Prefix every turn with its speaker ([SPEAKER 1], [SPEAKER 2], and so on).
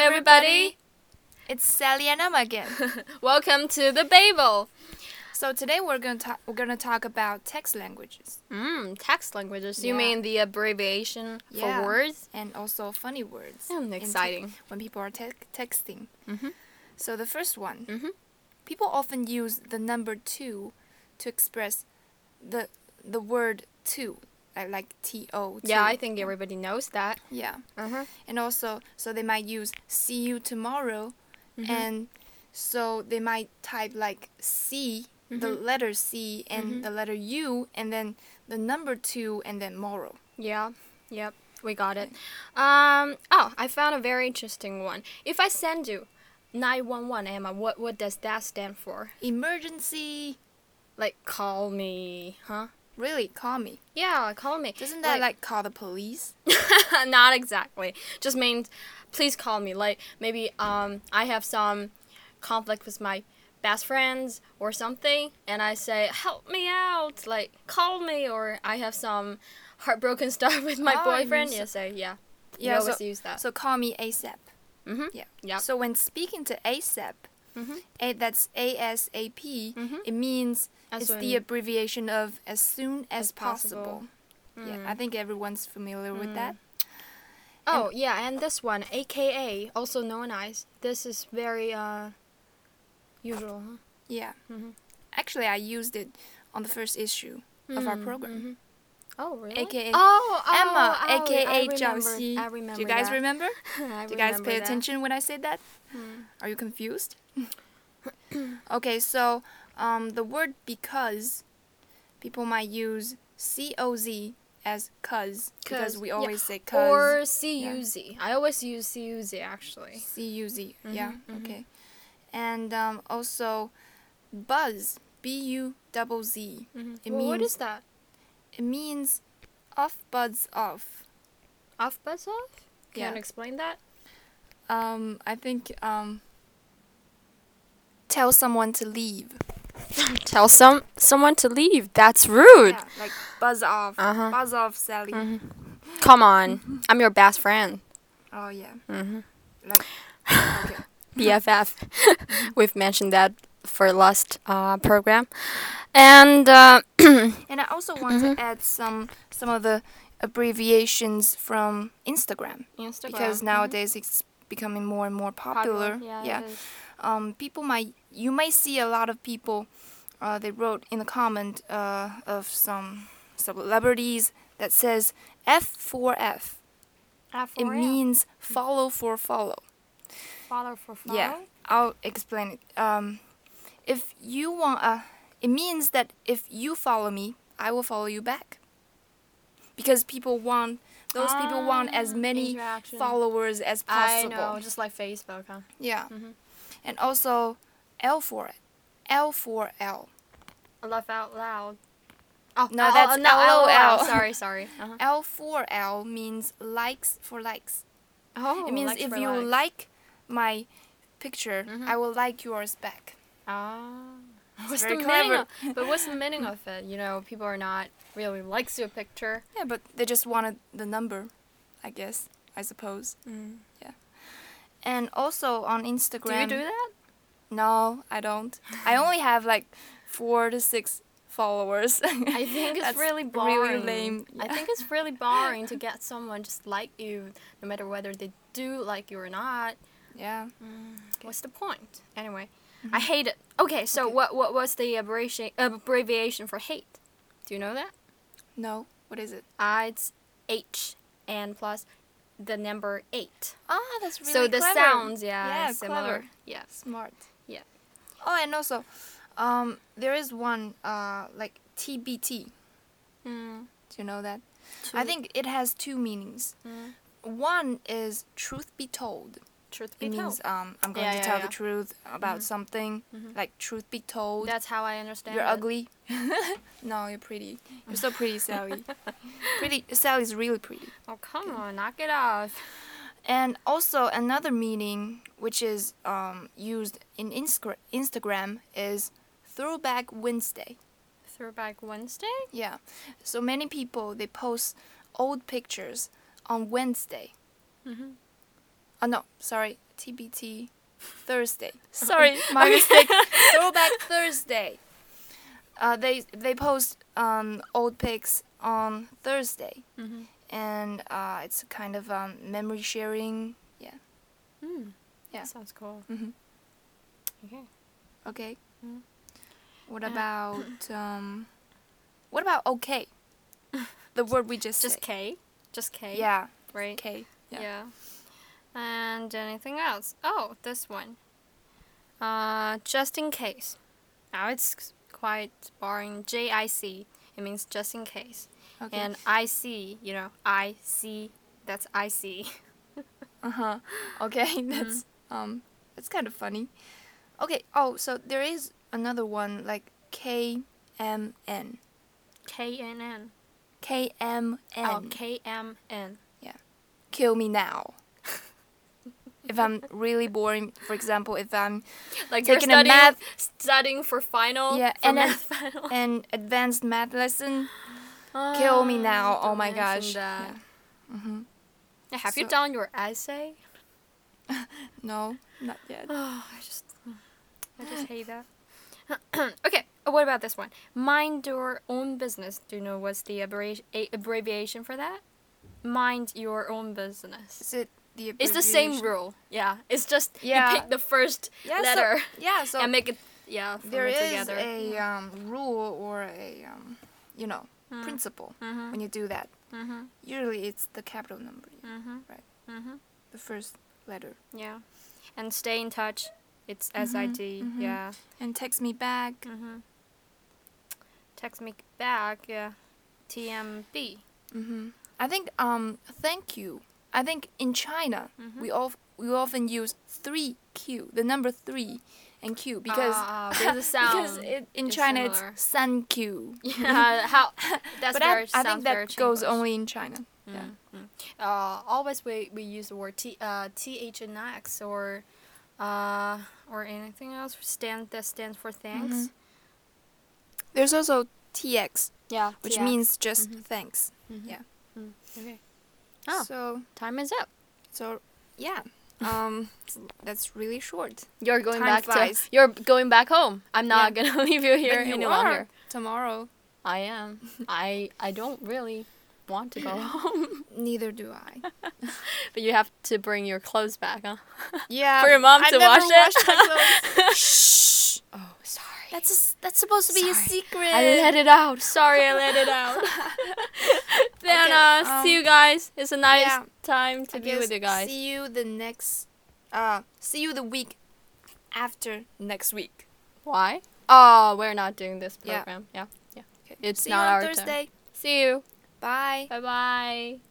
[SPEAKER 1] everybody.
[SPEAKER 2] It's Sally and Emma again.
[SPEAKER 1] Welcome to the Babel.
[SPEAKER 2] so today we're gonna ta- we're gonna talk about text languages
[SPEAKER 1] Mm, text languages. You
[SPEAKER 2] Yeah.
[SPEAKER 1] mean the abbreviation
[SPEAKER 2] Yeah.
[SPEAKER 1] for words?
[SPEAKER 2] and also funny words.
[SPEAKER 1] Mm,
[SPEAKER 2] in te-
[SPEAKER 1] exciting.
[SPEAKER 2] when people are te- texting.
[SPEAKER 1] Mhm.
[SPEAKER 2] So the first one,
[SPEAKER 1] Mhm.
[SPEAKER 2] people often use the number two to express the the word two, like, like T O.
[SPEAKER 1] Yeah, I think everybody knows that.
[SPEAKER 2] yeah,
[SPEAKER 1] Uh-huh.
[SPEAKER 2] and also so they might use see you tomorrow, and so they might type like C. The letter C and the letter U, and then the number two, and then morrow.
[SPEAKER 1] Yeah. Yep. We got it. Um, oh, I found a very interesting one. If I send you 911 Emma, what what does that stand for?
[SPEAKER 2] Emergency!
[SPEAKER 1] Like call me, huh?
[SPEAKER 2] Really, call me.
[SPEAKER 1] Yeah, call me.
[SPEAKER 2] Doesn't that like call the police?
[SPEAKER 1] not exactly just means please call me like maybe um i have some conflict with my best friends or something and i say help me out like call me or i have some heartbroken stuff with my
[SPEAKER 2] Oh, you
[SPEAKER 1] boyfriend
[SPEAKER 2] s-
[SPEAKER 1] yeah so yeah You
[SPEAKER 2] Yeah,
[SPEAKER 1] always
[SPEAKER 2] so-
[SPEAKER 1] use that
[SPEAKER 2] So call me ASAP.
[SPEAKER 1] mm-hmm.
[SPEAKER 2] Yeah. Mm-hmm.
[SPEAKER 1] Yep.
[SPEAKER 2] So when speaking to ASAP,
[SPEAKER 1] Mhm.
[SPEAKER 2] A, that's ASAP,
[SPEAKER 1] Mhm.
[SPEAKER 2] it means
[SPEAKER 1] As
[SPEAKER 2] it's the
[SPEAKER 1] soon-
[SPEAKER 2] abbreviation of as soon as,
[SPEAKER 1] As possible.
[SPEAKER 2] possible. Mm. Yeah, I think everyone's familiar with that.
[SPEAKER 1] oh yeah and this one aka also known as this is very uh usual huh?
[SPEAKER 2] Yeah.
[SPEAKER 1] Mhm.
[SPEAKER 2] Actually, I used it on the first issue of our program.
[SPEAKER 1] oh really
[SPEAKER 2] AKA
[SPEAKER 1] oh, oh
[SPEAKER 2] Emma,
[SPEAKER 1] oh, I
[SPEAKER 2] aka
[SPEAKER 1] remember-
[SPEAKER 2] Zhao Xi.
[SPEAKER 1] i remember
[SPEAKER 2] Do you guys
[SPEAKER 1] that.
[SPEAKER 2] remember?
[SPEAKER 1] I
[SPEAKER 2] Do you guys
[SPEAKER 1] remember
[SPEAKER 2] pay
[SPEAKER 1] that. Hmm.
[SPEAKER 2] attention when I say that? Are you confused? okay, so um, the word because people might use C O Z as cuz because
[SPEAKER 1] 'Cause,
[SPEAKER 2] we
[SPEAKER 1] yeah.
[SPEAKER 2] always say cuz
[SPEAKER 1] Or CUZ. I always use CUZ actually.
[SPEAKER 2] C U Z.
[SPEAKER 1] Mm-hmm,
[SPEAKER 2] Yeah, okay. And um, also buzz B U double Z.
[SPEAKER 1] Mm-hmm.
[SPEAKER 2] It
[SPEAKER 1] Well, what
[SPEAKER 2] means-
[SPEAKER 1] is that?
[SPEAKER 2] It means off buzz off.
[SPEAKER 1] Off buzz off? Can
[SPEAKER 2] Yeah.
[SPEAKER 1] you explain that?
[SPEAKER 2] Um, I think um, tell someone to leave.
[SPEAKER 1] Tell some someone to leave. That's rude.
[SPEAKER 2] Yeah, like buzz off.
[SPEAKER 1] Uh-huh. Mm-hmm.
[SPEAKER 2] Buzz off, Sally.
[SPEAKER 1] Come on. I'm your best friend.
[SPEAKER 2] Oh yeah.
[SPEAKER 1] Mhm.
[SPEAKER 2] Like okay.
[SPEAKER 1] BFF. We've mentioned that for last uh, program. And uh,
[SPEAKER 2] And I also want
[SPEAKER 1] Mm-hmm.
[SPEAKER 2] to add some some of the abbreviations from Instagram
[SPEAKER 1] Instagram. Mm-hmm.
[SPEAKER 2] because nowadays it's becoming more and more popular.
[SPEAKER 1] Yeah. it is.
[SPEAKER 2] Um, people might you may see a lot of people. Uh, they wrote in the comment uh, of some celebrities that says F4F.
[SPEAKER 1] Ah,
[SPEAKER 2] It
[SPEAKER 1] for real?
[SPEAKER 2] means follow for follow.
[SPEAKER 1] follow for follow.
[SPEAKER 2] Yeah, I'll explain it. Um, if you want, uh, it means that if you follow me, I will follow you back. Because people want, those people want as
[SPEAKER 1] Ah,
[SPEAKER 2] many
[SPEAKER 1] interaction.
[SPEAKER 2] followers as
[SPEAKER 1] I
[SPEAKER 2] possible.
[SPEAKER 1] know, just like Facebook, huh?
[SPEAKER 2] Yeah.
[SPEAKER 1] Mm-hmm.
[SPEAKER 2] And also, L for it. L for L.
[SPEAKER 1] Laugh out loud. Oh
[SPEAKER 2] No,
[SPEAKER 1] oh, oh,
[SPEAKER 2] that's
[SPEAKER 1] no, LOL.
[SPEAKER 2] LOL.
[SPEAKER 1] Sorry, sorry. Uh-huh.
[SPEAKER 2] L for L means likes for likes.
[SPEAKER 1] Oh,
[SPEAKER 2] it means
[SPEAKER 1] likes
[SPEAKER 2] if
[SPEAKER 1] for
[SPEAKER 2] you
[SPEAKER 1] likes. Mm-hmm.
[SPEAKER 2] like my picture, I will like yours back.
[SPEAKER 1] Ah. What's
[SPEAKER 2] very
[SPEAKER 1] the meaning?
[SPEAKER 2] clever.
[SPEAKER 1] Of, but what's the meaning of it? You know, people are not really likes your picture.
[SPEAKER 2] Yeah, but they just wanted the number, I guess, I suppose. Yeah. And also on Instagram.
[SPEAKER 1] Mm. Do you do that?
[SPEAKER 2] No, I don't. I only have like four to six followers.
[SPEAKER 1] I think it's
[SPEAKER 2] That's
[SPEAKER 1] really boring.
[SPEAKER 2] Really lame.
[SPEAKER 1] I
[SPEAKER 2] Yeah.
[SPEAKER 1] think it's really boring to get someone just like you, no matter whether they do like you or not.
[SPEAKER 2] Yeah.
[SPEAKER 1] Mm. What's the point? Anyway,
[SPEAKER 2] Mm-hmm.
[SPEAKER 1] I hate it. Okay, so what what was the abbreviation abbreviation for hate? Do you know that?
[SPEAKER 2] No. What is it?
[SPEAKER 1] Uh, it's H and plus the number eight.
[SPEAKER 2] Ah, that's really
[SPEAKER 1] so the
[SPEAKER 2] clever.
[SPEAKER 1] sounds, yeah,
[SPEAKER 2] Yeah,
[SPEAKER 1] is similar.
[SPEAKER 2] clever.
[SPEAKER 1] Yes.
[SPEAKER 2] Smart.
[SPEAKER 1] Yeah.
[SPEAKER 2] Oh, and also, um, there is one uh like TBT.
[SPEAKER 1] Mm.
[SPEAKER 2] Do you know that? I think it has two meanings.
[SPEAKER 1] mm.
[SPEAKER 2] One is truth be told.
[SPEAKER 1] truth be
[SPEAKER 2] It
[SPEAKER 1] told.
[SPEAKER 2] means um, I'm going
[SPEAKER 1] Yeah,
[SPEAKER 2] to
[SPEAKER 1] yeah,
[SPEAKER 2] tell
[SPEAKER 1] yeah. Mm-hmm.
[SPEAKER 2] the truth about something. Like truth be told,
[SPEAKER 1] That's how I understand.
[SPEAKER 2] you're
[SPEAKER 1] it.
[SPEAKER 2] ugly. no, you're pretty. You're so pretty, Sally. pretty. Sally's really pretty.
[SPEAKER 1] Oh come on, knock it off.
[SPEAKER 2] And also another meaning which is um, used in Inscra- Instagram is Throwback Wednesday.
[SPEAKER 1] Throwback Wednesday.
[SPEAKER 2] Yeah. So many people they post old pictures on Wednesday. Oh no, sorry, TBT Thursday. Sorry, my mistake. Throwback Thursday. Uh, they they post um, old pics on Thursday,
[SPEAKER 1] Mhm.
[SPEAKER 2] and uh, it's a kind of um, memory sharing. Yeah.
[SPEAKER 1] Mm.
[SPEAKER 2] Yeah.
[SPEAKER 1] Sounds cool.
[SPEAKER 2] Mhm.
[SPEAKER 1] Okay.
[SPEAKER 2] Okay.
[SPEAKER 1] Mm.
[SPEAKER 2] What
[SPEAKER 1] Yeah.
[SPEAKER 2] about um, what about okay? the word we just
[SPEAKER 1] Just
[SPEAKER 2] said.
[SPEAKER 1] K. Just K.
[SPEAKER 2] Yeah.
[SPEAKER 1] Right.
[SPEAKER 2] Okay.
[SPEAKER 1] Yeah.
[SPEAKER 2] Yeah.
[SPEAKER 1] And anything else? Oh, this one. Uh, just in case. Now it's quite boring. J I C. It means just in case.
[SPEAKER 2] Okay.
[SPEAKER 1] And I see. You know, I see. That's I see.
[SPEAKER 2] Uh huh.
[SPEAKER 1] Mm-hmm.
[SPEAKER 2] Okay, that's um, that's kind of funny. Okay. Oh, so there is another one like K M N
[SPEAKER 1] K N N.
[SPEAKER 2] K M
[SPEAKER 1] Oh,
[SPEAKER 2] N.
[SPEAKER 1] K M N.
[SPEAKER 2] Kill me now. if I'm really boring, for example, if I'm
[SPEAKER 1] Like
[SPEAKER 2] Taking a
[SPEAKER 1] you're studying,
[SPEAKER 2] math-
[SPEAKER 1] studying for final.
[SPEAKER 2] Yeah,
[SPEAKER 1] for
[SPEAKER 2] and then-
[SPEAKER 1] math final.
[SPEAKER 2] an advanced math lesson, kill me
[SPEAKER 1] Ah,
[SPEAKER 2] now. Oh
[SPEAKER 1] don't
[SPEAKER 2] my
[SPEAKER 1] mention
[SPEAKER 2] gosh.
[SPEAKER 1] that.
[SPEAKER 2] Mm-hmm.
[SPEAKER 1] Yeah, Have you
[SPEAKER 2] So-
[SPEAKER 1] done your essay?
[SPEAKER 2] No, not yet.
[SPEAKER 1] Oh, I just, I just hate that. okay, uh, what about this one? Mind your own business. Do you know what's the abbrevi- a- abbreviation for that? Mind your own business.
[SPEAKER 2] Is it the?
[SPEAKER 1] It's the same
[SPEAKER 2] abbreviation?
[SPEAKER 1] rule. Yeah, it's just
[SPEAKER 2] Yeah.
[SPEAKER 1] you pick the first
[SPEAKER 2] Yeah, so-
[SPEAKER 1] letter
[SPEAKER 2] Yeah. So
[SPEAKER 1] and make it. Yeah, from
[SPEAKER 2] there
[SPEAKER 1] it
[SPEAKER 2] is
[SPEAKER 1] together. Mm-hmm.
[SPEAKER 2] a um, rule or a um, you know
[SPEAKER 1] Mm.
[SPEAKER 2] principle
[SPEAKER 1] Mhm.
[SPEAKER 2] when you do that.
[SPEAKER 1] Mhm.
[SPEAKER 2] Usually it's the capital number,
[SPEAKER 1] Mhm.
[SPEAKER 2] Right.
[SPEAKER 1] Mhm.
[SPEAKER 2] the first letter.
[SPEAKER 1] Yeah, and stay in touch. It's SID.
[SPEAKER 2] mhm.
[SPEAKER 1] Yeah.
[SPEAKER 2] And text me back.
[SPEAKER 1] Mm-hmm. Text me back, yeah. TMB.
[SPEAKER 2] hmm I think um thank you. I think in China
[SPEAKER 1] Mm-hmm.
[SPEAKER 2] we all we often use three Q, the number three, and Q because
[SPEAKER 1] Ah, because the
[SPEAKER 2] because
[SPEAKER 1] sound
[SPEAKER 2] it, in
[SPEAKER 1] is
[SPEAKER 2] China
[SPEAKER 1] similar.
[SPEAKER 2] it's san Q.
[SPEAKER 1] yeah, how that's
[SPEAKER 2] but
[SPEAKER 1] very
[SPEAKER 2] I, I
[SPEAKER 1] sounds
[SPEAKER 2] think
[SPEAKER 1] very
[SPEAKER 2] that goes
[SPEAKER 1] Chinglish.
[SPEAKER 2] only in China.
[SPEAKER 1] Mm,
[SPEAKER 2] Yeah.
[SPEAKER 1] mm. Uh, always we, we use the word T uh T H N X or uh or anything else stand that stands for thanks.
[SPEAKER 2] Mhm. There's also TX,
[SPEAKER 1] Yeah.
[SPEAKER 2] which
[SPEAKER 1] TX.
[SPEAKER 2] means just
[SPEAKER 1] Mhm.
[SPEAKER 2] thanks.
[SPEAKER 1] Mhm.
[SPEAKER 2] yeah.
[SPEAKER 1] Mm, Okay. Oh.
[SPEAKER 2] So
[SPEAKER 1] Time is up.
[SPEAKER 2] so yeah. Um that's really short.
[SPEAKER 1] You're going
[SPEAKER 2] Time
[SPEAKER 1] back
[SPEAKER 2] flies.
[SPEAKER 1] to you're going back home. I'm not gonna leave you here
[SPEAKER 2] But you
[SPEAKER 1] any
[SPEAKER 2] are
[SPEAKER 1] longer.
[SPEAKER 2] tomorrow.
[SPEAKER 1] I am. I I don't really want to go home.
[SPEAKER 2] Neither do I.
[SPEAKER 1] But you have to bring your clothes back, huh?
[SPEAKER 2] Yeah.
[SPEAKER 1] For your mom to wash it?
[SPEAKER 2] it.
[SPEAKER 1] Shh. Oh, sorry.
[SPEAKER 2] that's that's supposed to
[SPEAKER 1] Sorry.
[SPEAKER 2] secret.
[SPEAKER 1] I let it out. Eh. Sorry, I let it out.
[SPEAKER 2] Okay,
[SPEAKER 1] then uh, see you guys. It's a nice
[SPEAKER 2] yeah.
[SPEAKER 1] time
[SPEAKER 2] I
[SPEAKER 1] to be with
[SPEAKER 2] guess
[SPEAKER 1] you guys.
[SPEAKER 2] See you the next. Uh, see you the week after next week.
[SPEAKER 1] Why? Oh, we're not doing this
[SPEAKER 2] Yeah.
[SPEAKER 1] program. Yeah.
[SPEAKER 2] Okay.
[SPEAKER 1] It's
[SPEAKER 2] see
[SPEAKER 1] not
[SPEAKER 2] you on
[SPEAKER 1] our turn.
[SPEAKER 2] Thursday.
[SPEAKER 1] See you.
[SPEAKER 2] Bye.
[SPEAKER 1] Bye bye.